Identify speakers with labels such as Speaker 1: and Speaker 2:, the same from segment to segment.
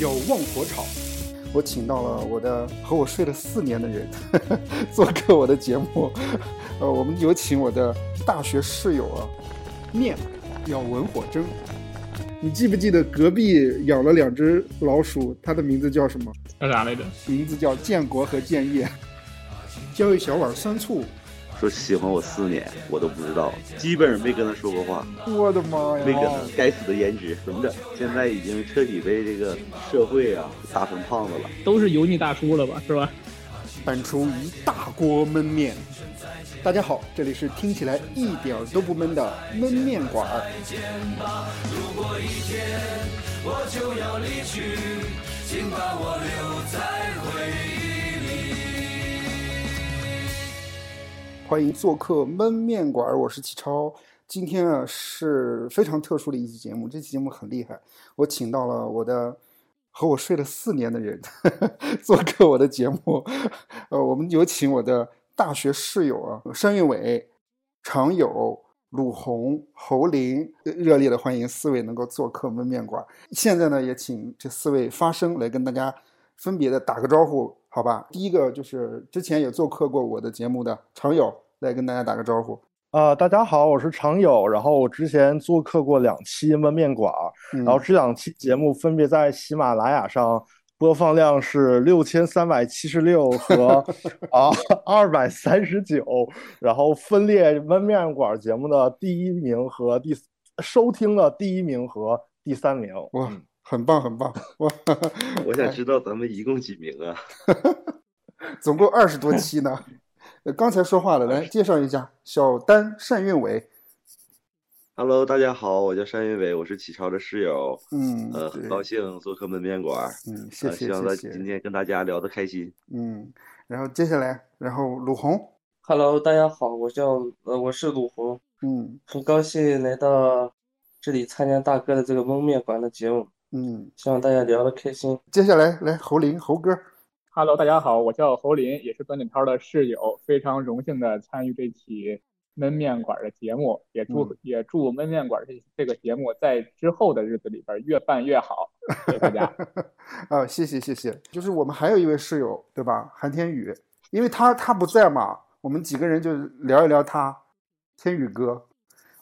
Speaker 1: 有旺火炒。我请到了我的和我睡了四年的人 做客我的节目，呃，我们有请我的大学室友啊，面咬文火蒸。你记不记得隔壁养了两只老鼠，它的名字叫什么？
Speaker 2: 叫啥来着？
Speaker 1: 名字叫建国和建业。 浇一小碗酸醋，
Speaker 3: 说喜欢我四年，我都不知道，基本上没跟他说过话，
Speaker 1: 我的妈呀！
Speaker 3: 没跟他该死的颜值怎么整？现在已经彻底被这个社会啊打成胖子了。
Speaker 2: 都是油腻大叔了吧？是吧？
Speaker 1: 搬出一大锅焖面。大家好，这里是听起来一点儿都不闷的焖面馆儿。欢迎做客焖面馆儿，我是启超。今天啊是非常特殊的一期节目，这期节目很厉害，我请到了我的和我睡了四年的人 做客我的节目。 呃，我们有请我的大学室友啊，单运伟、常友、鲁红、侯林，呃热烈的欢迎四位能够做客焖面馆儿。现在呢，也请这四位发声来跟大家分别的打个招呼，好吧？第一个就是之前也做客过我的节目的常友，来跟大家打个招呼。
Speaker 4: 啊、大家好，我是常友。然后我之前做客过两期焖面馆儿，
Speaker 1: 嗯
Speaker 4: 然后这两期节目分别在喜马拉雅上播放量是六千三百七十六 和啊二百三十九，然后分列焖面馆儿节目的第一名和第收听的第一名和第三名。
Speaker 1: 哇，很棒很棒！哇，
Speaker 3: 我想知道咱们一共几名啊？
Speaker 1: 总共二十多期 呢。呃刚才说话的，来介绍一下小丹单运伟。
Speaker 3: Hello，大家好，我叫单云伟，我是启超的室友，
Speaker 1: 嗯，
Speaker 3: 呃，很高
Speaker 1: 兴。
Speaker 3: 兴做客门面馆儿，
Speaker 1: 嗯，谢
Speaker 3: 呃，
Speaker 1: 谢
Speaker 3: 希望
Speaker 1: 谢
Speaker 3: 咱
Speaker 1: 谢。
Speaker 3: 今天跟大家聊得开心。
Speaker 1: 嗯，然后接下来，然后鲁红，
Speaker 5: Hello，大家好，我叫呃，我是鲁红，
Speaker 1: 嗯
Speaker 5: 很高兴来到这里参加大哥的这个焖面馆的节目，
Speaker 1: 嗯，
Speaker 5: 希望大家聊得开心。
Speaker 1: 接下来来侯林侯哥，
Speaker 2: Hello，大家好，我叫侯林，也是端点涛的室友，非常荣幸的参与这期焖面馆的节目，也祝、
Speaker 1: 嗯
Speaker 2: 也祝焖面馆这这个节目在之后的日子里边越办越好，谢谢大家。
Speaker 1: 啊，谢谢谢谢。就是我们还有一位室友，对吧？韩天宇，因为他他不在嘛，我们几个人就聊一聊他，天宇哥。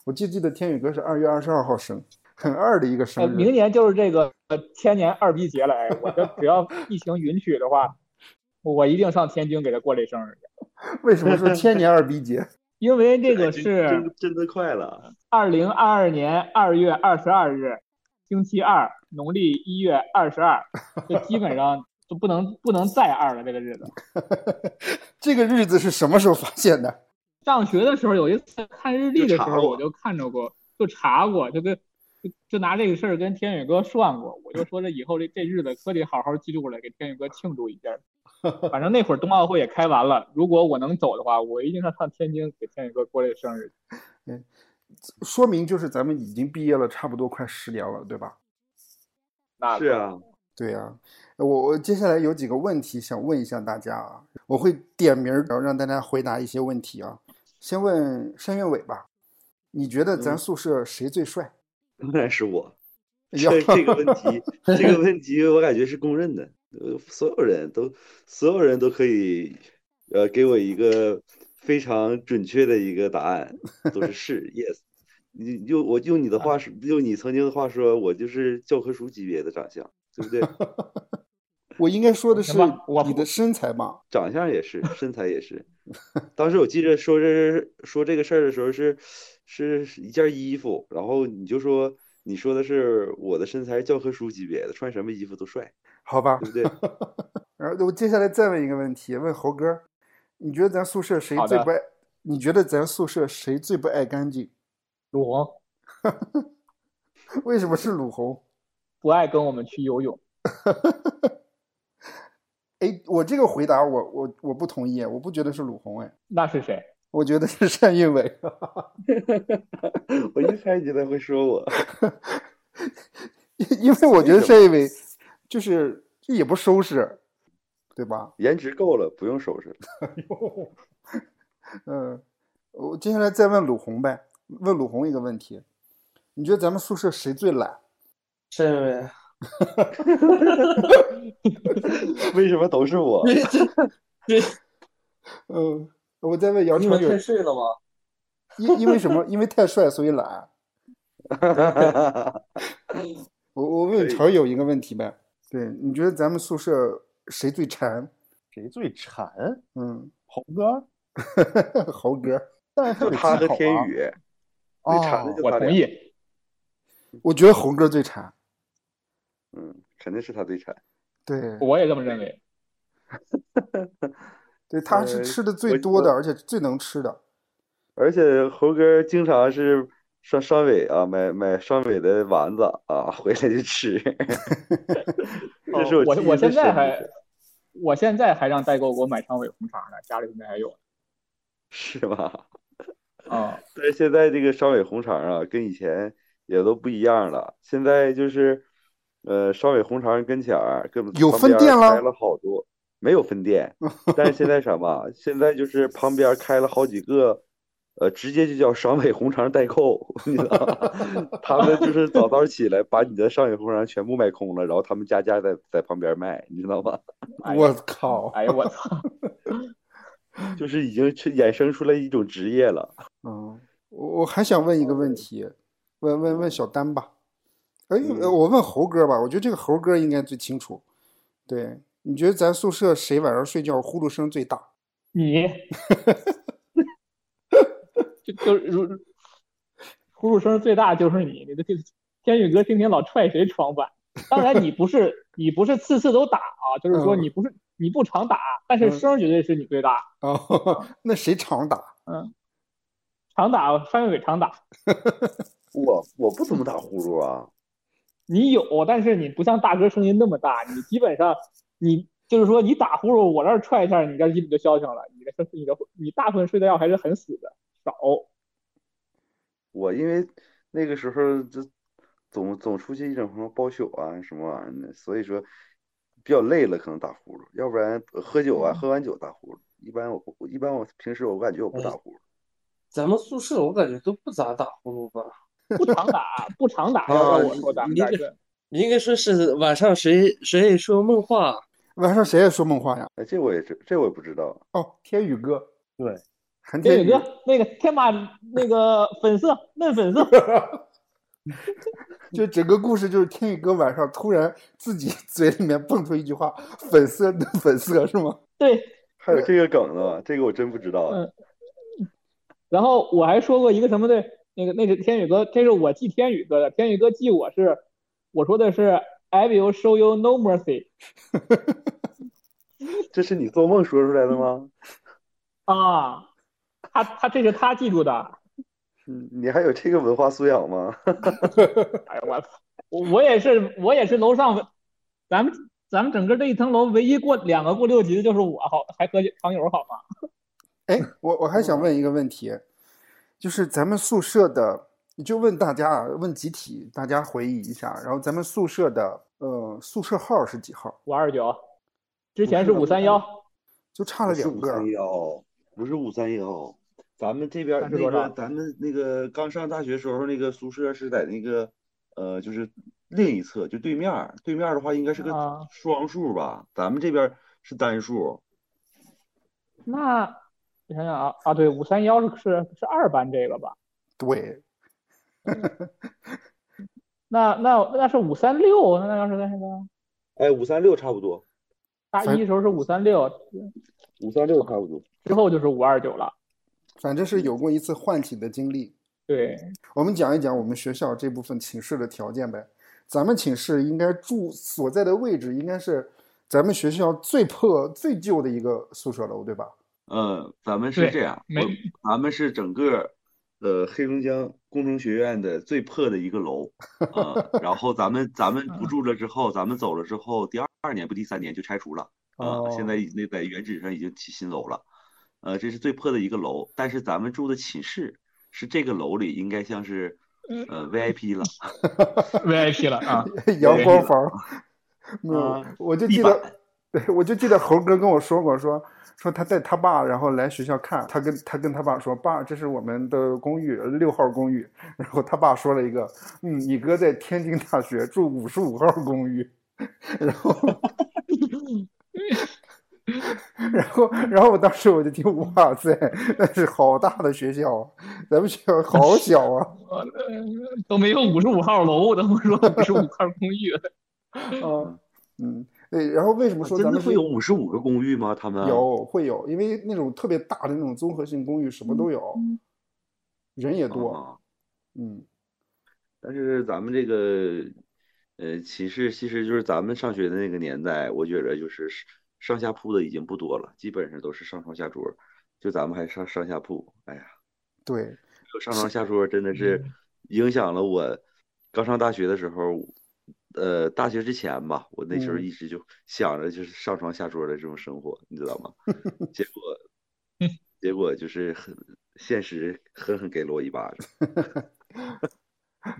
Speaker 1: 我就记得天宇哥是二月二十二号生，很二的一个
Speaker 2: 呃，
Speaker 1: 生
Speaker 2: 明
Speaker 1: 日。
Speaker 2: 年 就是这个呃千年二逼节了，哎，我这只要疫情允许的话，我一定上天津给他过这生日去，
Speaker 1: 为什么说千年二逼节？
Speaker 2: 因为这个
Speaker 3: 哎
Speaker 2: 是
Speaker 3: 真真真的快了，啊
Speaker 2: 二零二二年二月二十二日，星期二，农历一月二十 二，这基本上就不能不能再二了。这个日子，
Speaker 1: 这个日子是什么时候发现的？
Speaker 2: 上学的时候有一次看日历的时
Speaker 3: 就查
Speaker 2: 候，
Speaker 3: 过
Speaker 2: 我就看着过，就查过，就跟就就拿这个事儿跟天宇哥算过，我就说这以后这这日子可得好好记住了，给天宇哥庆祝一 下。反正那会儿冬奥会也开完了，如果我能走的话，我一定要上天津给天宇哥过这生日。
Speaker 1: 说明就是咱们已经毕业了，差不多快十年了，对吧？
Speaker 2: 那
Speaker 3: 是啊，
Speaker 1: 对呀、我我接下来有几个问题想问一下大家啊，我会点名儿，然后让大家回答一些问题啊。先问单院伟吧，你觉得咱
Speaker 3: 嗯
Speaker 1: 宿舍谁最帅？
Speaker 3: 当然是我。
Speaker 1: 哎呀
Speaker 3: 这这个问题，这个问题我感觉是公认的，呃，所有人都，所有人都可以，呃，给我一个非常准确的一个答案，都是是 yes。你就我用你的话说，用你曾经的话说，我就是教科书级别的长相，对不对？
Speaker 1: 我应该说的是
Speaker 2: 行吧我
Speaker 1: 你的身材吧？
Speaker 3: 长相也是，身材也是。当时我记着说这说这个事儿的时候是是一件衣服，然后你就说你说的是我的身材是教科书级别的，穿什么衣服都帅，
Speaker 1: 好吧
Speaker 2: 嗯
Speaker 3: 对。不对？
Speaker 1: 然后我接下来再问一个问题，问猴哥，你觉得咱宿舍谁
Speaker 2: 好
Speaker 1: 最
Speaker 2: 的
Speaker 1: 不爱？你觉得咱宿舍谁最不爱干净？
Speaker 2: 鲁红
Speaker 1: 为什么是鲁红？
Speaker 2: 不爱跟我们去游泳，
Speaker 1: 哎，我这个回答我我我不同意，啊我不觉得是鲁红哎，
Speaker 2: 那是谁？
Speaker 1: 我觉得是单啊运伟。
Speaker 3: 我一猜你都会说我，
Speaker 1: 因为我觉得
Speaker 3: 为什
Speaker 1: 这一位就是也不收拾，对吧？
Speaker 3: 颜值够了，不用收拾了。
Speaker 1: 嗯，我接下来再问鲁红呗，问鲁红一个问题，你觉得咱们宿舍谁最懒？
Speaker 5: 这位
Speaker 3: 为什么都是我？
Speaker 1: 嗯，我在问姚
Speaker 5: 你
Speaker 1: 晨
Speaker 5: 们
Speaker 1: 有
Speaker 5: 太睡了吗？
Speaker 1: 因因为什么？因为太帅，所以懒。我我问
Speaker 3: 可以
Speaker 1: 常有一个问题呗，对，你觉得咱们宿舍谁最馋？
Speaker 4: 谁最馋？
Speaker 1: 嗯，
Speaker 4: 猴哥，
Speaker 1: 豪哥，
Speaker 4: 但是
Speaker 3: 就
Speaker 4: 得
Speaker 3: 他
Speaker 4: 忌
Speaker 3: 和
Speaker 4: 口
Speaker 3: 天
Speaker 4: 啊
Speaker 3: 宇，最馋的
Speaker 4: 哦
Speaker 3: 就
Speaker 2: 我
Speaker 3: 他
Speaker 2: 同
Speaker 3: 俩。
Speaker 2: 意，
Speaker 1: 我觉得猴哥最馋。
Speaker 3: 嗯，肯定是他最馋。
Speaker 1: 对，
Speaker 2: 我也这么认为。
Speaker 1: 对，他
Speaker 3: 呃
Speaker 1: 是吃的
Speaker 3: 我
Speaker 1: 最
Speaker 3: 觉
Speaker 1: 多的，
Speaker 3: 得
Speaker 1: 而且最能吃的。
Speaker 3: 而且猴哥经常是上山尾啊，买买山尾的丸子啊，回来就 吃。这是
Speaker 2: 哦我
Speaker 3: 记忆
Speaker 2: 我
Speaker 3: 最
Speaker 2: 现在
Speaker 3: 深的
Speaker 2: 还
Speaker 3: 事，
Speaker 2: 我现在还让代购给我买长尾红肠呢，家里现在还有
Speaker 3: 是吧？
Speaker 2: 啊、
Speaker 3: 但是现在这个烧尾红肠啊，跟以前也都不一样了。现在就是，呃，烧尾红肠跟前儿跟
Speaker 1: 有
Speaker 3: 旁
Speaker 1: 分
Speaker 3: 边
Speaker 1: 店了
Speaker 3: 开了好多，没有 分店。但是现在什么？现在就是旁边开了好几个，呃，直接就叫烧尾红肠代购， 你知道吗？他们就是早早起来把你的烧尾红肠全部卖空了，然后他们家家在在旁边卖，你知道吗？
Speaker 2: 哎呀
Speaker 1: 我靠，
Speaker 2: 哎呀，我操！
Speaker 3: 就是已经去衍生出来一种职业了。
Speaker 1: 嗯，我我还想问一个问题，问问问小丹吧。哎，
Speaker 3: 嗯
Speaker 1: 呃我问猴哥吧，我觉得这个猴哥应该最清楚。对，你觉得咱宿舍谁晚上睡觉呼噜声最大？
Speaker 2: 你，就就如呼噜声最大就是你，你的这天宇哥今天老踹谁床板？当然你不是你不是次次都打啊，就是说
Speaker 1: 嗯
Speaker 2: 你不是你不常打，但
Speaker 3: 嗯
Speaker 2: 是声儿绝对是你最大。
Speaker 1: 哦， 那谁常打？
Speaker 2: 常打，翻伟常打，
Speaker 3: 我我不怎么打呼噜啊。
Speaker 2: 你有，但是你不像大哥声音那么大，你基本上你就是说你打呼噜，我这儿踹一下，你这儿基本就消停了。你的声，你的你大部分睡得觉还是很死的，少。
Speaker 3: 我因为那个时候就总总出去一整什么包宿啊什么玩意儿的，所以说比较累了，可能打呼噜，要不然呃喝酒啊，喝完酒打呼噜。一般我不，一般我平时我感觉我不打呼噜，
Speaker 5: 咱们宿舍我感觉都不咋打呼噜吧，
Speaker 2: 不常打，不常 打。
Speaker 5: 啊
Speaker 2: 要让我说，咱们
Speaker 5: 你
Speaker 2: 这儿
Speaker 5: 你
Speaker 2: 是
Speaker 5: 应该说是晚上谁谁也说梦话，
Speaker 1: 晚上谁也说梦话呀？
Speaker 3: 哎，这我也知，这我也不知道。
Speaker 1: 哦，天宇哥，
Speaker 4: 对，
Speaker 1: 韩
Speaker 2: 天
Speaker 1: 天
Speaker 2: 宇
Speaker 1: 宇
Speaker 2: 哥，那个天马那个粉色嫩粉色，
Speaker 1: 就整个故事就是天宇哥晚上突然自己 嘴里面蹦出一句话：“粉色 的粉色”是吗？
Speaker 2: 对。
Speaker 3: 还有这个梗呢，这个我真不知道。
Speaker 2: 嗯然后我还说过一个什么对，那个那是天宇哥，这是我记天宇哥的，天宇哥记我是我说的是 I will show you no mercy。
Speaker 3: 这是你做梦说出来的吗？
Speaker 2: 啊，他他这是他记住的。
Speaker 3: 嗯，你还有这个文化素养吗？
Speaker 2: 哎呀，我我我也是我也是楼上，咱们咱们整个这一层楼唯一过两个过六级的就是我，好还和常友好吗？
Speaker 1: 哎，我我还想问一个问题，就是咱们宿舍的，你就问大家啊，问集体，大家回忆一下，然后咱们宿舍的，呃，宿舍号是几号？
Speaker 2: 五二九，之前是五三幺，
Speaker 1: 就差了
Speaker 3: 不是
Speaker 1: 两
Speaker 3: 五
Speaker 1: 个儿
Speaker 3: 三。幺，不是五三幺，咱们这边
Speaker 2: 那
Speaker 3: 那
Speaker 2: 是多少
Speaker 3: 个，咱们那个刚上大学时候那个宿舍是在那个，呃，就是另一侧，就对面儿，对面儿的话应该是个
Speaker 2: 啊
Speaker 3: 双数吧，咱们这边儿是单数，
Speaker 2: 那我想想啊啊，对，五三幺是是是二班这个吧？
Speaker 1: 对，
Speaker 2: 那那那是五三六，那那要是那个
Speaker 3: 哎，五三六差不多，
Speaker 2: 大
Speaker 1: 反
Speaker 2: 一时候是五三六，
Speaker 3: 五三六差不多。
Speaker 2: 之后就是五二九了。
Speaker 1: 反正是有过一次唤起的经历。
Speaker 2: 对，
Speaker 1: 我们讲一讲我们学校这部分寝室的条件呗。咱们寝室应该住所在的位置应该是咱们学校最破最旧的一个宿舍楼，对吧？
Speaker 3: 呃，咱们
Speaker 2: 对
Speaker 3: 是这样，
Speaker 2: 没
Speaker 3: 我咱们是整个呃黑龙江工程学院的最破的一个楼，呃，然后咱们咱们
Speaker 1: 嗯
Speaker 3: 不住了之后，咱们走了之后，第二年不第三年就拆除了，啊、
Speaker 1: 哦
Speaker 3: 现在已那在原址上已经起新楼了，呃，这是最破的一个楼，但是咱们住的寝室是这个楼里应该像是
Speaker 1: 嗯
Speaker 3: 呃 VIP 了，
Speaker 2: VIP 了啊，
Speaker 1: 阳
Speaker 2: 对
Speaker 1: 光房。没有
Speaker 3: 啊
Speaker 1: 我就
Speaker 3: 地
Speaker 1: 记
Speaker 3: 板
Speaker 1: 得，对，我就记得猴哥跟我说过，说说他带他爸，然后来学校看，他跟他跟他爸说，爸，这是我们的公寓，六号公寓。然后他爸说了一个，嗯，你哥在天津大学住五十五号公寓。然后，然后，然后我当时我就听，哇塞，那是好大的学校啊，咱们学校好小 啊。
Speaker 2: 我呃都没有五十五号楼，我都不说五十五号公寓了。
Speaker 1: 啊，嗯，对，然后为什么说
Speaker 3: 真
Speaker 1: 咱
Speaker 3: 的
Speaker 1: 们
Speaker 3: 会
Speaker 1: 是
Speaker 3: 有五十五个公寓吗？他们
Speaker 1: 有会有，因为那种特别大的那种综合性公寓，什么都有，人也多，
Speaker 3: 啊，
Speaker 1: 嗯，
Speaker 3: 但是咱们这个呃寝室其实就是咱们上学的那个年代，我觉着就是上下铺的已经不多了，基本上都是上床下桌，就咱们还上上下铺，哎呀。
Speaker 1: 对，
Speaker 3: 有上床下桌真的是影响了我刚上大学的时候，呃，大学之前吧，我那时候
Speaker 1: 嗯
Speaker 3: 一直就想着就是上床下桌的这种生活，你知道吗？结果结果就是很现实狠狠给了我一巴掌。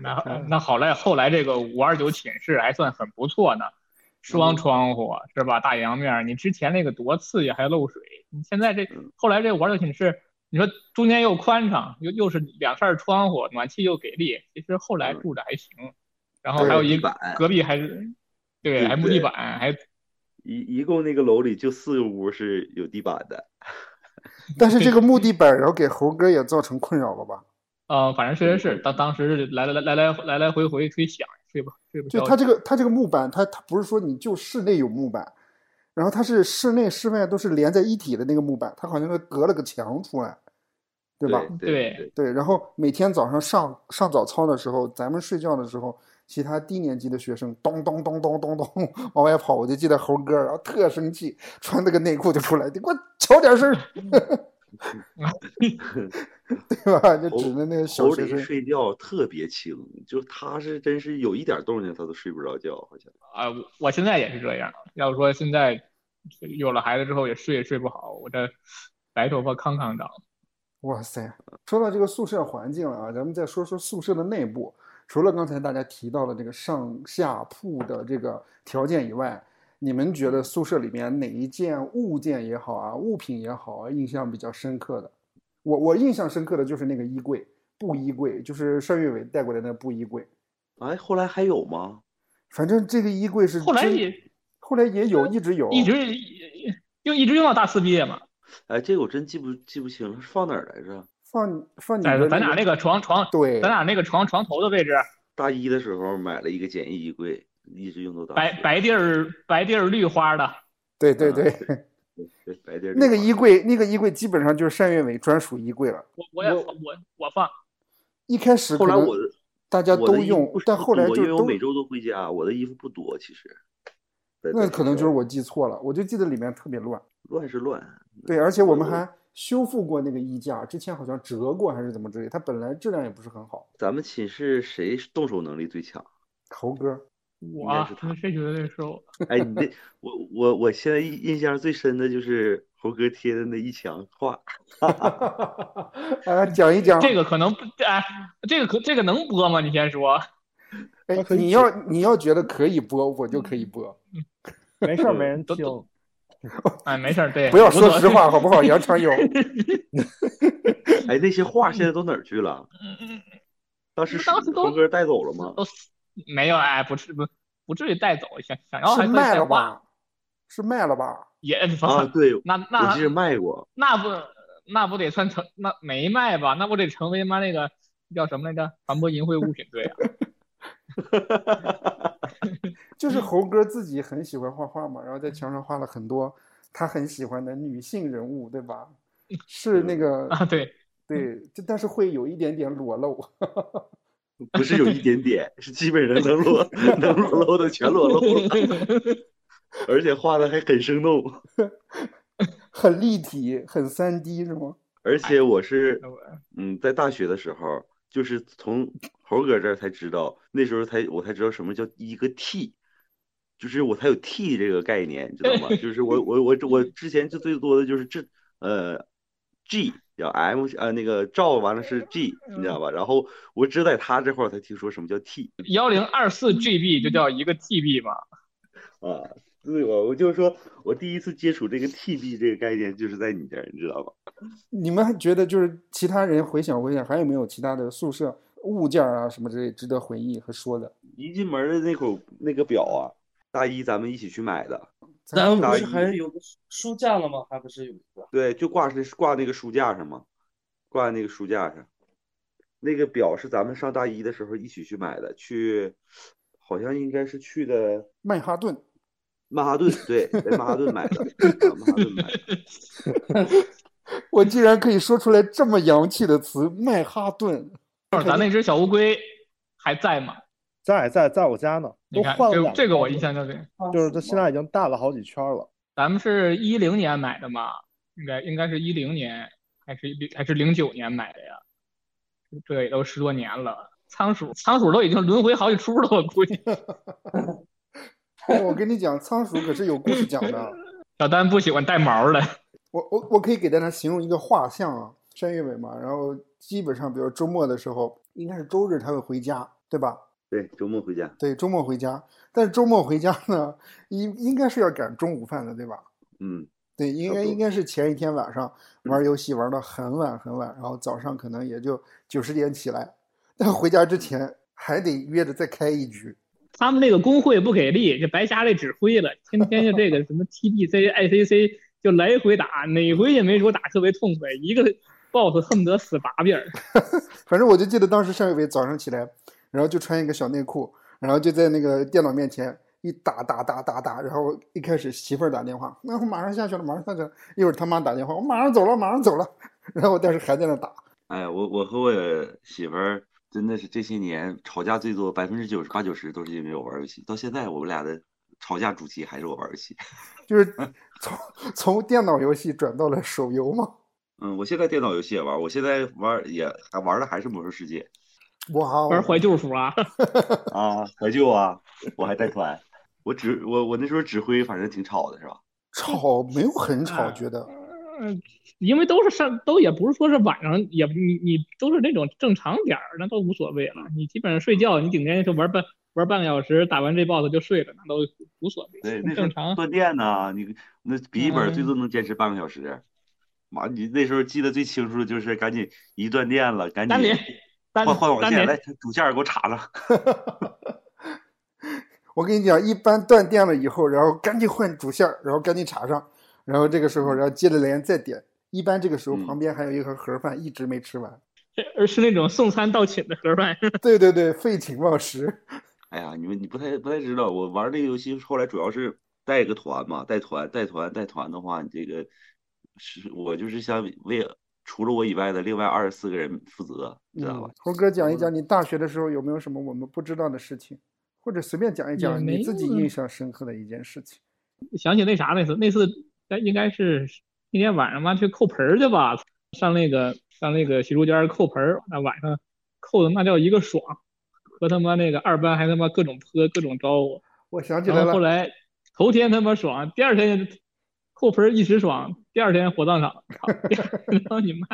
Speaker 2: 那
Speaker 3: 嗯
Speaker 2: 那好赖后来这个五二九寝室还算很不错呢，
Speaker 3: 嗯
Speaker 2: 双窗户是吧？大阳面儿，你之前那个多刺激还漏水，你现在这
Speaker 3: 嗯
Speaker 2: 后来这五二九寝室，你说中间又宽敞，又又是两扇窗户，暖气又给力，其实后来
Speaker 3: 嗯
Speaker 2: 住着还行。然后还
Speaker 1: 对
Speaker 2: 有一
Speaker 3: 地板
Speaker 2: 隔壁还是对，
Speaker 3: 对
Speaker 2: 还木
Speaker 3: 对
Speaker 2: 地板，还
Speaker 3: 一一共那个楼里就四个屋是有地板的，
Speaker 1: 但是这个木地板，然后给猴哥也造成困扰了吧？
Speaker 2: 呃，反正确实
Speaker 3: 嗯
Speaker 2: 是当当时是来来来来来来回回吹响，睡不睡不
Speaker 1: 就
Speaker 2: 消。
Speaker 1: 它这个它这个木板，它它不是说你就室内有木板，然后它是室内室外都是连在一体的那个木板，它好像是隔了个墙出来，对吧？
Speaker 3: 对
Speaker 2: 对
Speaker 1: 对，然后每天早上上上早操的时候，咱们睡觉的时候，其他低年级的学生咚咚咚咚咚咚往外跑，我就记得猴哥，然后特生气，穿那个内裤就出来，你给我小点声儿，
Speaker 3: 嗯
Speaker 1: 对吧？就
Speaker 3: 猴
Speaker 1: 指着那个小
Speaker 3: 猴
Speaker 1: 学
Speaker 3: 里
Speaker 1: 生，
Speaker 3: 睡觉特别轻，就他是真是有一点动静他都睡不着觉，好像。
Speaker 2: 啊、我我现在也是这样。要说现在有了孩子之后也睡也睡不好，我这白头发康康
Speaker 1: 哦
Speaker 2: 长。
Speaker 1: 哇塞！说到这个宿舍环境了啊，咱们再说说宿舍的内部。除了刚才大家提到的这个上下铺的这个条件以外，你们觉得宿舍里面哪一件物件也好啊，物品也好啊，印象比较深刻的？我我印象深刻的就是那个衣柜，布衣柜，就是单月伟带过来的布衣柜。
Speaker 3: 哎，后来还有吗？
Speaker 1: 反正这个衣柜是
Speaker 2: 后来
Speaker 1: 真
Speaker 2: 也
Speaker 1: 后来也有，一直有，
Speaker 2: 一直用一直用到大四毕业嘛，
Speaker 3: 哎，这个我真记不记不清了，是放哪儿来着？
Speaker 1: 放放你
Speaker 2: 在
Speaker 1: 的
Speaker 2: 咱俩
Speaker 1: 那
Speaker 2: 那个床床，
Speaker 1: 对，
Speaker 2: 咱俩那个床床头的位置，
Speaker 3: 大一的时候买了一个简易衣柜，一直用到大
Speaker 2: 白
Speaker 3: 学
Speaker 2: 白地儿白地儿绿花的，
Speaker 1: 对对
Speaker 3: 嗯
Speaker 1: 对，
Speaker 3: 对白地儿
Speaker 1: 那个
Speaker 3: 地
Speaker 1: 衣
Speaker 3: 方
Speaker 1: 柜那个衣柜基本上就是单月伟专属衣柜了。
Speaker 2: 我我也
Speaker 1: 我
Speaker 2: 放我我放，
Speaker 1: 一开始
Speaker 3: 后
Speaker 1: 可
Speaker 3: 来
Speaker 1: 能
Speaker 3: 我的
Speaker 1: 大家
Speaker 3: 我的
Speaker 1: 都
Speaker 3: 衣服
Speaker 1: 用
Speaker 3: 不，是
Speaker 1: 但
Speaker 3: 很
Speaker 1: 后来
Speaker 3: 多
Speaker 1: 就
Speaker 3: 因为我
Speaker 1: 都
Speaker 3: 每周都回家，我的衣服不多其实。在
Speaker 1: 那
Speaker 3: 在
Speaker 1: 可能
Speaker 3: 学
Speaker 1: 就是
Speaker 3: 校
Speaker 1: 我记错了，我就记得里面特别乱。
Speaker 3: 乱是乱，
Speaker 1: 对，而且我们
Speaker 3: 我
Speaker 1: 还修复过那个衣架，之前好像折过还是怎么之类，它本来质量也不是很好。
Speaker 3: 咱们寝室谁动手能力最强？
Speaker 1: 猴哥，
Speaker 2: 我
Speaker 3: 该
Speaker 2: 啊
Speaker 3: 是他
Speaker 2: 谁觉得这是我？
Speaker 3: 哎，你那我我我现在印印象最深的就是猴哥贴的那一墙画，
Speaker 1: 啊，讲一讲
Speaker 2: 这个可能不哎，这个可这个能播吗？你先说。
Speaker 1: 哎
Speaker 4: 它可以
Speaker 1: 你要你要觉得可以播，我就可以播，
Speaker 3: 嗯
Speaker 4: 没事儿，没人
Speaker 2: 都
Speaker 4: 听。
Speaker 2: 哎，没事儿，对，
Speaker 1: 不要
Speaker 2: 无
Speaker 1: 说
Speaker 2: 所
Speaker 1: 实话好不好？杨长 友，
Speaker 3: 哎，那些画现在都哪儿去了？当时是
Speaker 2: 当时都
Speaker 3: 猴哥带走了吗？
Speaker 2: 都死没有哎，不是不不至于带走，想想要还
Speaker 1: 是
Speaker 2: 可以
Speaker 1: 卖
Speaker 2: 再
Speaker 1: 了
Speaker 2: 换，
Speaker 1: 吧？是卖了吧？
Speaker 2: 也
Speaker 3: 啊，对，我
Speaker 2: 那那
Speaker 3: 记得卖过，
Speaker 2: 那不那不得算成那没卖吧？那不得成为妈那个叫什么来着？传播淫秽物品罪啊？
Speaker 3: 嗯
Speaker 1: 就是猴哥自己很喜欢画画嘛，然后在墙上画了很多他很喜欢的女性人物，对吧？是
Speaker 3: 嗯
Speaker 1: 那个
Speaker 2: 啊，对，
Speaker 1: 对，就但是会有一点点裸露，
Speaker 3: 不是有一点点，是基本上能 裸能裸露的全裸露了， 而且画的还很生动。
Speaker 1: 很立体，很三 D 是吗？
Speaker 3: 而且我是
Speaker 2: 那我
Speaker 3: 嗯，在大学的时候，就是从猴哥这儿才知道，那时候才我才知道什么叫一个 T，就是我才有 T 这个概念，你知道吗？就是我我我我之前就最多的就是这呃 G 叫 M 呃那个赵完了是 G，你知道吧？然后我只在他这块儿我才听说什么叫 T
Speaker 2: 幺零二四 GB 就叫一个 TB 嘛，
Speaker 3: 啊，对吧？我就说，我第一次接触这个 TB 这个概念就是在你这儿，你知道吗？
Speaker 1: 你们还觉得就是其他人回想回想，还有没有其他的宿舍物件啊什么之类值得回忆和说的？
Speaker 3: 一进门的那口那个表啊，大一咱们一起去买的，
Speaker 5: 咱们不
Speaker 3: 大
Speaker 5: 是
Speaker 3: 一
Speaker 5: 还有个书书架了吗？还不是有一个？
Speaker 3: 对，就挂是挂那个书架上嘛，挂那个书架上。那个表是咱们上大一的时候一起去买的，去好像应该是去的
Speaker 1: 曼哈顿，
Speaker 3: 曼哈顿，对，在曼哈顿买的，啊曼哈顿买的。
Speaker 1: 我竟然可以说出来这么洋气的词，曼哈顿。
Speaker 2: 就是咱那只小乌龟还在吗？
Speaker 4: 在在在我家呢，
Speaker 2: 你
Speaker 4: 都
Speaker 2: 看，
Speaker 4: 换了
Speaker 2: 这
Speaker 4: 两
Speaker 2: 这个我
Speaker 4: 套
Speaker 2: 印象特别。
Speaker 4: 就是它现在已经大了好几圈了。
Speaker 2: 咱们是一零年买的嘛，应该应该是一零年还是10还是零九年买的呀？这也都十多年了，仓鼠仓鼠都已经轮回好几出了，我估计。
Speaker 1: 哎我跟你讲，仓鼠可是有故事讲的。
Speaker 2: 小丹不喜欢带毛的，
Speaker 1: 我我我可以给大家形容一个画像啊，山月尾嘛，然后基本上，比如周末的时候，应该是周日他会回家，对吧？
Speaker 3: 对，周末回家，
Speaker 1: 对，周末回家，但是周末回家呢，应应该是要赶中午饭的，对吧？
Speaker 3: 嗯，
Speaker 1: 对，应
Speaker 3: 差
Speaker 1: 该
Speaker 3: 不多嗯
Speaker 1: 应该是前一天晚上玩游戏玩到很晚很晚，然后早上可能也就九十点起来，但回家之前还得约着再开一局。
Speaker 2: 他们那个工会不给力，这白瞎这指挥了， 天天就这个什么 TBC、ICC 就来回打，哪回也没说打特别痛快，一个 boss 恨不得死把柄儿。
Speaker 1: 反正我就记得当时单伟伟早上起来，然后就穿一个小内裤，然后就在那个电脑面前一打打打打打，然后一开始媳妇儿打电话，那、我马上下去了，马上下去了，一会儿他妈打电话，我马上走了，马上走了，然后但是还在那打，
Speaker 3: 哎，我我和我媳妇儿真的是这些年吵架最多，百分之九十八九十都是因为我玩游戏。到现在我们俩的吵架主题还是我玩游戏。
Speaker 1: 就是 从从电脑游戏转到了手游嘛。
Speaker 3: 嗯，我现在电脑游戏也玩，我现在玩儿也还玩的还是魔兽世界
Speaker 1: 哇哦，
Speaker 2: 玩怀旧服啊，
Speaker 3: 啊，怀旧啊，我还带团，我指我我那时候指挥反正挺吵的是吧？
Speaker 1: 吵没有很吵，
Speaker 2: 啊
Speaker 1: 觉得
Speaker 2: 嗯，因为都是上，都也不是说是晚上，也你你都是那种正常点儿，那都无所谓了。你基本上睡觉，你顶天就玩半玩半个小时，打完这 boss 就睡了，那都无所谓，
Speaker 3: 对，那时候
Speaker 2: 正常。
Speaker 3: 断电呢，你那笔记本最多能坚持半个小时。妈，你那时候记得最清楚的就是赶紧一断电了，赶
Speaker 2: 单
Speaker 3: 紧
Speaker 2: 连单
Speaker 3: 换换网
Speaker 2: 单
Speaker 3: 线，
Speaker 2: 连
Speaker 3: 来主线儿给我插上。
Speaker 1: 我跟你讲，一般断电了以后，然后赶紧换主线儿，然后赶紧插上，然后这个时
Speaker 2: 嗯
Speaker 1: 候，然后接着连再点。一般这个时候
Speaker 3: 嗯
Speaker 1: 旁边还有一盒盒饭一直没吃完，
Speaker 2: 而是那种送餐到寝的盒饭，
Speaker 1: 对对对，废寝忘 食。
Speaker 3: 哎呀，你们你不太不太知道，我玩这个游戏后来主要是带个团嘛，带团带团带团的话，你这个是我就是想为除了我以外的另外二十四个人负责，你知道吧
Speaker 1: 嗯？，猴哥讲一讲你大学的时候有没有什么我们不知道的事情，或者随便讲一
Speaker 2: 也
Speaker 1: 讲
Speaker 2: 没
Speaker 1: 你自己
Speaker 2: 有
Speaker 1: 印象深刻的一件事情。
Speaker 2: 想起那啥那次，那次应该是那天晚上嘛去扣盆儿去吧，上那个上那个洗漱间儿扣盆儿，那晚上扣的那叫一个爽，和他妈那个二班还他妈各种泼各种招呼，
Speaker 1: 我想起
Speaker 2: 然
Speaker 1: 来了
Speaker 2: 后后，来头天他妈爽，第二天扣盆儿一时爽，第二天火葬场，操 然后你妈，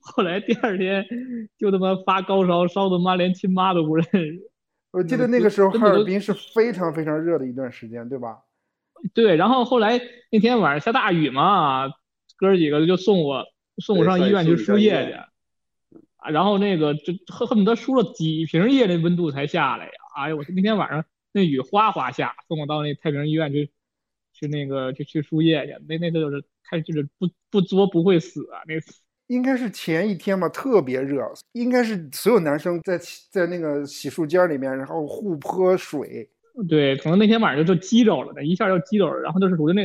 Speaker 2: 后来第二天就他妈发高烧，烧他妈连亲妈都不认识。
Speaker 1: 我记
Speaker 2: 嗯
Speaker 1: 得那
Speaker 2: 就
Speaker 1: 个时候
Speaker 2: 根
Speaker 1: 哈
Speaker 2: 本
Speaker 1: 尔
Speaker 2: 都
Speaker 1: 滨是非常非常热的一段时间，对吧？
Speaker 2: 对，然后后来那天晚上下大雨嘛，哥儿几个就送我送我
Speaker 3: 对
Speaker 2: 上
Speaker 3: 送
Speaker 2: 医
Speaker 3: 你
Speaker 2: 院
Speaker 3: 送
Speaker 2: 去
Speaker 3: 你
Speaker 2: 输
Speaker 3: 上医
Speaker 2: 液
Speaker 3: 院
Speaker 2: 去，啊，然后那个这恨恨不得输了几瓶液，那温度才下来呀！哎呦，我那天晚上那雨哗哗下，送我到那太平医院去去那个去去输液去，那那次就是开就是不不作不会死啊，那次
Speaker 1: 应该是前一天吧，特别热，应该是所有男生在洗在那个洗漱间里面，然后互泼水。
Speaker 2: 对，可能那天晚上就激着了，那一下就激着了，然后就是属于那，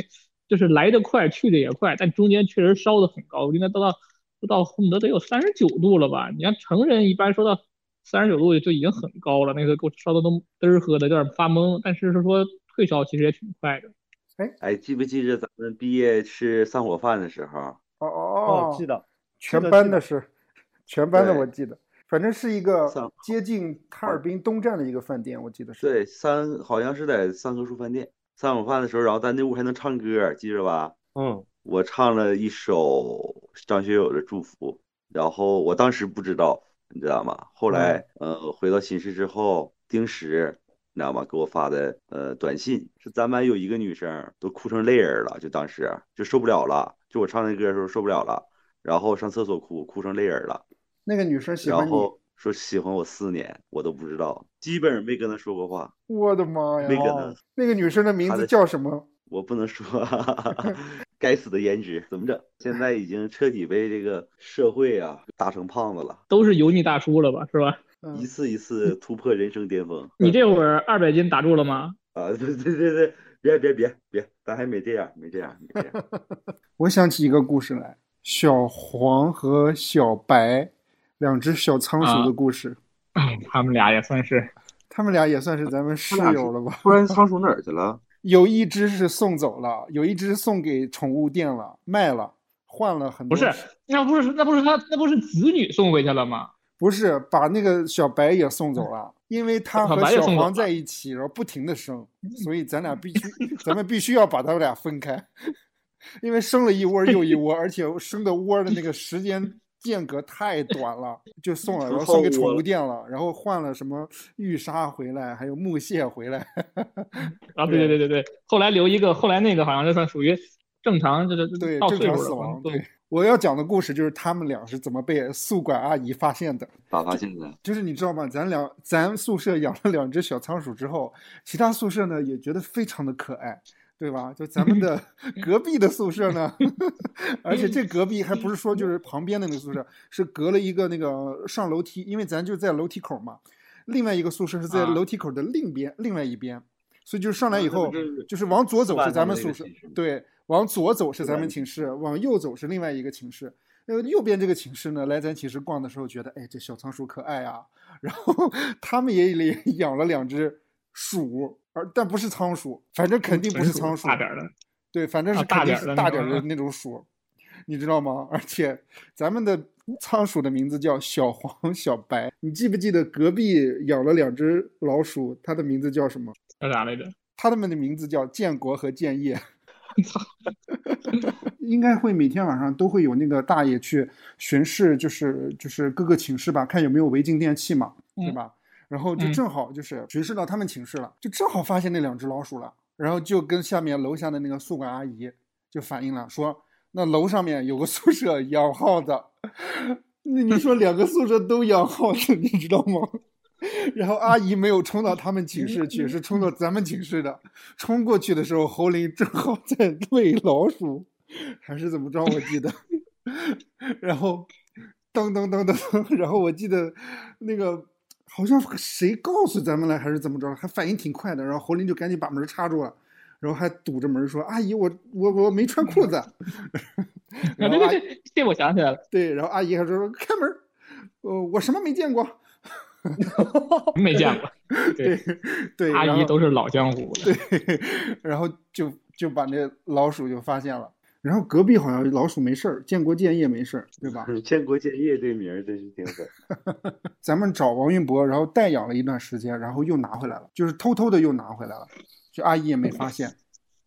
Speaker 2: 就是来得快，去得也快，但中间确实烧得很高，应该都到都到恨不得得有三十九度了吧？你看成人一般说到三十九度就已经很高了，那个给我烧的都嘚儿喝的，有点发懵，但是是说退烧其实也挺快的。
Speaker 3: 哎，记不记着咱们毕业吃散伙饭的时候？
Speaker 1: 哦
Speaker 4: 哦
Speaker 1: 哦，，
Speaker 4: 记得
Speaker 1: 全
Speaker 4: 记得
Speaker 1: 班
Speaker 4: 记
Speaker 1: 的
Speaker 4: 得
Speaker 1: 是，全班的
Speaker 3: 对
Speaker 1: 我记得，反正是一个
Speaker 3: 散伙
Speaker 1: 接近哈尔滨东站的一个饭店，我记得是。
Speaker 3: 对，三好像是在三棵树饭店散伙饭的时候，然后咱那屋还能唱歌，记着吧？
Speaker 4: 嗯，
Speaker 3: 我唱了一首张学友的《祝福》，然后我当时不知道，你知道吗？后来，呃，回到寝室之后，丁石你知道吗？给我发的呃短信，是咱班有一个女生都哭成泪人了，就当时就受不了了，就我唱那歌的时候受不了了，然后上厕所哭，哭成泪人了，
Speaker 1: 那个女生喜欢
Speaker 3: 然
Speaker 1: 你，
Speaker 3: 后说喜欢我四年，我都不知道，基本上没跟她说过话，
Speaker 1: 我的妈呀！
Speaker 3: 没跟她，
Speaker 1: 那个女生的名
Speaker 3: 她
Speaker 1: 字
Speaker 3: 的
Speaker 1: 叫什么？
Speaker 3: 我不能说，该死的颜值怎么整？现在已经彻底被这个社会啊打成胖子了，
Speaker 2: 都是油腻大叔了吧，是吧？
Speaker 1: 嗯
Speaker 3: 一次一次突破人生巅峰。
Speaker 2: 你这会儿二百斤打住了吗？
Speaker 3: 啊， 对对对对，别别别别，咱还没这样，没这样，没这样。
Speaker 1: 我想起一个故事来，小黄和小白两只小仓鼠
Speaker 2: 啊
Speaker 1: 的故事，
Speaker 2: 哎，他们俩也算是
Speaker 1: 他们俩也算是咱们室
Speaker 3: 俩是
Speaker 1: 友了吧？
Speaker 3: 突然仓鼠哪儿去了？
Speaker 1: 有一只是送走了，有一只送给宠物店了，卖了，换了很
Speaker 2: 不
Speaker 1: 多。
Speaker 2: 是？那不是那不是他那不是子女送回去了吗？
Speaker 1: 不是，把那个小白也送走了，因为他
Speaker 2: 小
Speaker 1: 和
Speaker 2: 白也
Speaker 1: 小
Speaker 2: 送走
Speaker 1: 黄
Speaker 2: 了嗯
Speaker 1: 在一起，然后不停的生，所以咱俩 必须，咱们必须要把他们俩分开，因为生了一窝儿又一窝儿，而且生的窝儿的那个时间间隔太短了，就送了，然后送给宠物店了，然后换了什么玉鲨回来，还有木蟹回来，
Speaker 2: 啊，对对对对对，后来留一个，后来那个好像就算属于正常，就是
Speaker 1: 对，
Speaker 2: 到
Speaker 1: 正
Speaker 2: 岁
Speaker 1: 常
Speaker 2: 数
Speaker 1: 死
Speaker 2: 了，
Speaker 1: 亡。
Speaker 2: 对
Speaker 1: 对，，我要讲的故事就是他们俩是怎么被宿管阿姨发现的。
Speaker 3: 咋发现的？
Speaker 1: 就是你知道吗？咱两咱宿舍养了两只小仓鼠之后，其他宿舍呢也觉得非常的可爱，对吧？就咱们的隔壁的宿舍呢，而且这隔壁还不是说就是旁边的那个宿舍，是隔了一个那个上楼梯，因为咱就在楼梯口嘛。另外一个宿舍是在
Speaker 2: 啊
Speaker 1: 楼梯口的另边、另外一边，所以就是上来以
Speaker 3: 啊那
Speaker 1: 后
Speaker 3: 不是，
Speaker 1: 就是往左走
Speaker 3: 晚
Speaker 1: 是
Speaker 3: 上
Speaker 1: 咱们
Speaker 3: 那个
Speaker 1: 宿舍
Speaker 3: 寝室，
Speaker 1: 对，往左走是咱
Speaker 3: 晚
Speaker 1: 们
Speaker 3: 上
Speaker 1: 寝室，往右走是另外一个寝室。呃，右边这个寝室呢，来咱寝室逛的时候觉得，哎，这小仓鼠可爱啊。然后他们也里养了两只鼠，而但不是仓鼠，反正肯定不是仓鼠，
Speaker 2: 大点儿的，
Speaker 1: 对，反正
Speaker 2: 啊
Speaker 1: 是
Speaker 2: 大
Speaker 1: 肯定
Speaker 2: 点儿
Speaker 1: 是
Speaker 2: 的
Speaker 1: 大
Speaker 2: 那
Speaker 1: 点儿
Speaker 2: 种
Speaker 1: 的
Speaker 2: 啊
Speaker 1: 那种鼠，你知道吗？而且咱们的仓鼠的名字叫小黄、小白。你记不记得隔壁养了两只老鼠，它的名字叫什么？
Speaker 2: 叫啥 来着？
Speaker 1: 它们的名字叫建国和建业。 应该会每天晚上都会有那个大爷去巡视，就是就是各个寝室吧，看有没有违禁电器嘛，对
Speaker 2: 嗯
Speaker 1: 吧？然后就
Speaker 2: 嗯
Speaker 1: 正好就是巡视到他们寝室了，就正好发现那两只老鼠了，然后就跟下面楼下的那个宿管阿姨就反映了，说那楼上面有个宿舍养耗子， 那你说两个宿舍都养耗子，你知道吗？然后阿姨没有冲到他们寝室去，是冲到咱们寝室的。冲过去的时候，侯林正好在喂老鼠，还是怎么着？我记得。 然后，噔噔噔噔噔，然后我记得那个好像谁告诉咱们了，还是怎么着，还反应挺快的。然后侯林就赶紧把门插住了，然后还堵着门说：“阿姨，我我我没穿裤子。”
Speaker 2: 啊，
Speaker 1: 然
Speaker 2: 对
Speaker 1: 后
Speaker 2: 对
Speaker 1: 阿
Speaker 2: 对，这我想起来了，
Speaker 1: 对，然后阿姨还说：“开门儿，呃，我什么没见过。”
Speaker 2: 没见过，对，
Speaker 1: 对，
Speaker 2: 阿
Speaker 1: 然
Speaker 2: 姨
Speaker 1: 后
Speaker 2: 都是老江湖了，
Speaker 1: 然后就就把那老鼠就发现了。然后隔壁好像老鼠没事儿，建国建业没事儿，对吧？
Speaker 3: 建国建业这名儿真是挺 狠。
Speaker 1: 咱们找王运博，然后代养了一段时间，然后又拿回来了，就是偷偷的又拿回来了，就阿姨也没发现，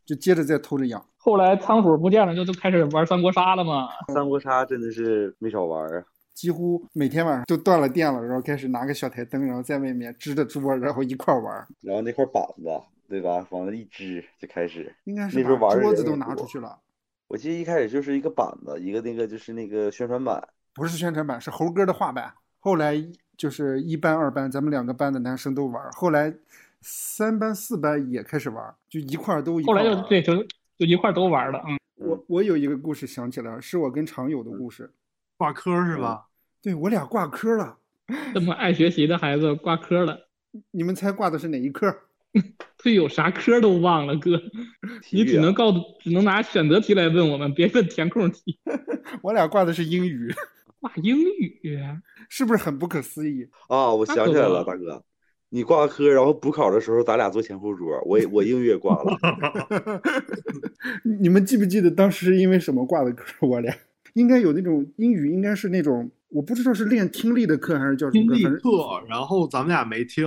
Speaker 1: 就接着再偷着养。
Speaker 2: 后来仓鼠不见了，就都开始玩三国杀了嘛。
Speaker 3: 三国杀真的是没少玩儿啊，
Speaker 1: 几乎每天晚上都断了电了，然后开始拿个小台灯，然后在外面支着桌，然后一块儿玩儿，
Speaker 3: 然后那块板子，对吧？往那一支就开始。
Speaker 1: 应该
Speaker 3: 那
Speaker 1: 是
Speaker 3: 时候玩
Speaker 1: 把
Speaker 3: 儿的
Speaker 1: 桌
Speaker 3: 人
Speaker 1: 子都
Speaker 3: 也
Speaker 1: 拿出
Speaker 3: 多
Speaker 1: 去了。
Speaker 3: 我记得一开始就是一个板子，一个那个就是那个宣传板，
Speaker 1: 不是宣传版，是猴哥的画版。后来就是一班、二班，咱们两个班的男生都玩儿。后来三班、四班也开始玩儿，就一块儿都一
Speaker 2: 后
Speaker 1: 块
Speaker 2: 来
Speaker 1: 儿
Speaker 2: 就
Speaker 1: 玩儿。
Speaker 2: 对，就就一块儿都玩了，嗯，
Speaker 1: 我我有一个故事想起来了，是我跟常友的故事。
Speaker 4: 挂科是吧？
Speaker 1: 对我俩挂科了，
Speaker 2: 这么爱学习的孩子挂科了，
Speaker 1: 你们猜挂的是哪一科？
Speaker 2: 队友啥科都忘了，哥，
Speaker 3: 体
Speaker 2: 你
Speaker 3: 育
Speaker 2: 只
Speaker 3: 啊
Speaker 2: 能告只能拿选择题来问我们，别问填空题。
Speaker 1: 我俩挂的是英语，
Speaker 2: 哇，英语，啊
Speaker 1: 是不是很不可思议？
Speaker 3: 啊，我
Speaker 2: 那
Speaker 3: 想
Speaker 2: 可
Speaker 3: 起来
Speaker 2: 不
Speaker 3: 了，大哥，你挂科，然后补考的时候，咱俩坐前后桌，我也我英语也挂 了，
Speaker 1: 你你们记不记得当时是因为什么挂的科？我俩应该有那种英语，应该是那种我不知道是练听力的课还是叫什
Speaker 4: 听
Speaker 1: 么课，
Speaker 4: 力
Speaker 1: 反正
Speaker 4: 课，然后咱们俩没听，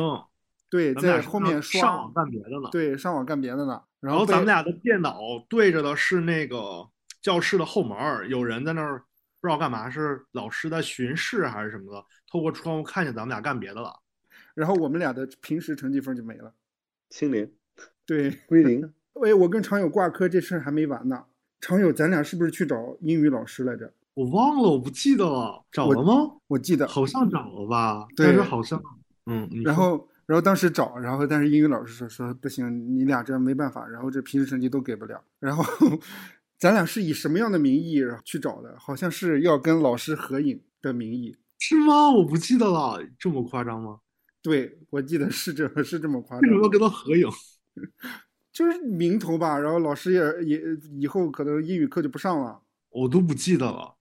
Speaker 1: 对，
Speaker 4: 咱们俩
Speaker 1: 在
Speaker 4: 是
Speaker 1: 后面
Speaker 4: 上
Speaker 1: 刷
Speaker 4: 上网干别的呢。
Speaker 1: 对，上网干别的呢。然
Speaker 4: 然后
Speaker 1: 后
Speaker 4: 咱们
Speaker 1: 被
Speaker 4: 俩的电脑对着的是那个教室的后门儿，有人在那儿不知道干嘛，是老师在巡视还是什么的，透过窗户看见咱们俩干别的了。
Speaker 1: 然后我们俩的平时成绩分就没了。
Speaker 3: 清零
Speaker 1: 对，
Speaker 3: 归 零。
Speaker 1: 哎，我跟常友挂科这事儿还没完呢。常友，咱俩是不是去找英语老师来着？
Speaker 6: 我忘了，我不记得了，找了吗？
Speaker 1: 我记得。
Speaker 6: 好像找了吧，
Speaker 1: 对
Speaker 6: 但是好像，嗯，你
Speaker 1: 然
Speaker 6: 说
Speaker 1: 后，然后当时找，然后但是英语老师说说不行，你俩这没办法，然后这平时成绩都给不了。然后咱俩是以什么样的名义然后去找的？好像是要跟老师合影的名义。
Speaker 6: 是吗？我不记得了，这么夸张吗？
Speaker 1: 对，我记得是这，是这么夸
Speaker 6: 为什
Speaker 1: 张
Speaker 6: 么要。跟他合影？
Speaker 1: 就是名头吧，然后老师也也以后可能英语课就不上了。
Speaker 6: 我都不记得了。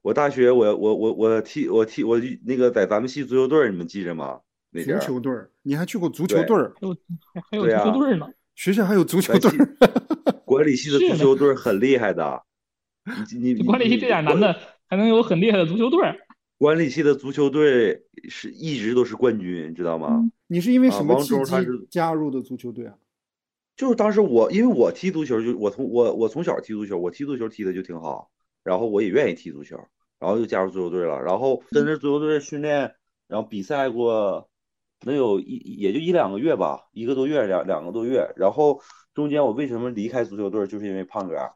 Speaker 3: 我大学我我我我踢我踢我那个在咱们系足球队儿，你们记着吗？那
Speaker 1: 足
Speaker 3: 阵儿
Speaker 1: 球队儿，你还去过足球
Speaker 3: 对
Speaker 1: 队儿？
Speaker 2: 还还有
Speaker 3: 对啊
Speaker 2: 足球队呢，
Speaker 1: 学校还有足球
Speaker 3: 在
Speaker 1: 队
Speaker 3: 西
Speaker 1: 儿？
Speaker 3: 管理系的
Speaker 2: 是
Speaker 3: 足
Speaker 2: 呢
Speaker 3: 球队儿很厉害 的。你你
Speaker 2: 就 管理系这点男，
Speaker 3: 你
Speaker 2: 的还能有很厉害的足球队，
Speaker 3: 管理系的足球队是一直都是冠军，你知道吗？
Speaker 1: 你是因为
Speaker 3: 啊
Speaker 1: 什么
Speaker 3: 王
Speaker 1: 契
Speaker 3: 州他
Speaker 1: 机
Speaker 3: 是
Speaker 1: 加入的足球队啊？
Speaker 3: 就是当时我，因为我踢足球，就我从我我从小踢足球，我踢足球踢的就挺好，然后我也愿意踢足球，然后就加入足球队了，然后跟着足球队训练，然后比赛过，能有一也就一两个月吧，一个多月两两个多月，然后中间我为什么离开足球队，就是因为胖哥啊儿，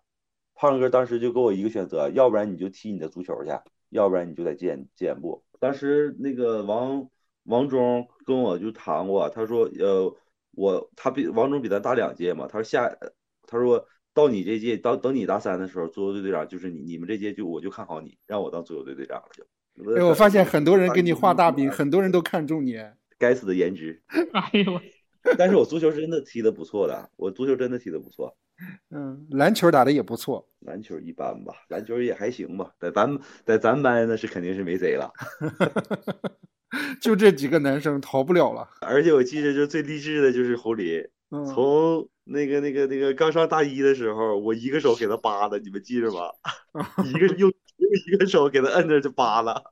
Speaker 3: 胖哥儿当时就给我一个选择，要不然你就踢你的足球去，要不然你就得进进步。当时那个王王忠跟我就谈过，他说，呃，我他比王忠比咱大两届嘛，他说下，他说到你这届，到等你大三的时候，足球队队长就是你，你们这届就我就看好你，让我当足球队队长了就。
Speaker 1: 哎，我发现很多人给你画大饼，
Speaker 3: 很
Speaker 1: 很多人都看中你。
Speaker 3: 该死的颜值，
Speaker 2: 哎呦，
Speaker 3: 但是我足球真的踢的不错的，我足球真的踢的不错。
Speaker 1: 嗯，篮球打的也不错。
Speaker 3: 篮球一般吧，篮球也还行吧，在咱们在咱们班那是肯定是没谁了。
Speaker 1: 就这几个男生逃不了了。
Speaker 3: 而且我记得就最励志的就是侯林，
Speaker 1: 嗯，
Speaker 3: 从那个那个那个刚上大一的时候，我一个手给他扒的，你们记着吧？一个用用一个手给他摁着就扒了，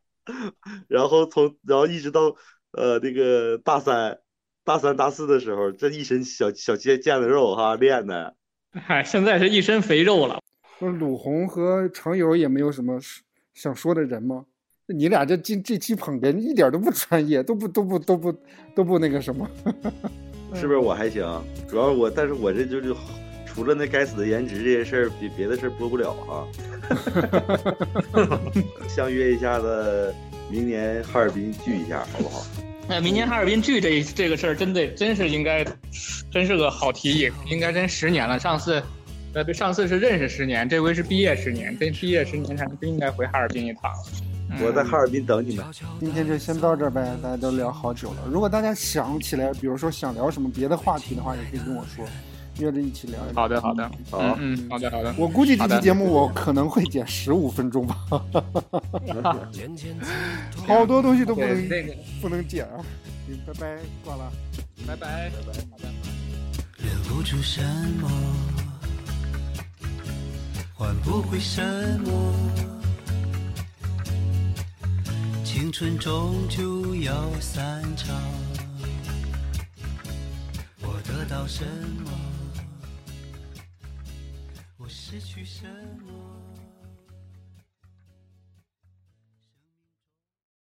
Speaker 3: 然后从然后一直到呃那个大三、大三大四的时候，这一身小小腱腱子肉哈练的，
Speaker 2: 哎，现在是一身肥肉了。
Speaker 1: 说鲁红和常友也没有什么是想说的人吗？你俩这这这期捧哏一点都不专业，都不都不都不都不那个什么。
Speaker 3: 是不是我还行？主要我但是我这就是除了那该死的颜值这些事儿，别别的事儿播不了哈、 相约一下子，明年哈尔滨聚一下好不好？
Speaker 2: 哎，明年哈尔滨剧这这个事儿，真得真是应该，真是个好提议，应该真十年了。上次，呃，对，上次是认识十年，这回是毕业十年，真毕业十年还真应该回哈尔滨一趟。嗯
Speaker 3: 我在哈尔滨等你们。
Speaker 1: 今天就先到这儿呗，大家都聊好久了。如果大家想起来，比如说想聊什么别的话题的话，也可以跟我说，约着一起聊一聊。
Speaker 2: 好的，好的，
Speaker 3: 好
Speaker 2: 嗯嗯，好的，好的。
Speaker 1: 我估计这
Speaker 2: 好
Speaker 1: 期
Speaker 2: 的
Speaker 1: 节目我可能会剪十五分钟吧，好多东西都不
Speaker 2: 对，
Speaker 1: 能
Speaker 2: 那个，
Speaker 1: 不能剪啊。嗯拜拜，挂了。
Speaker 2: 拜拜，拜拜，好的。
Speaker 7: 留不住什么，换不回什么，青春终究要散场。我得到什么，我失去什么。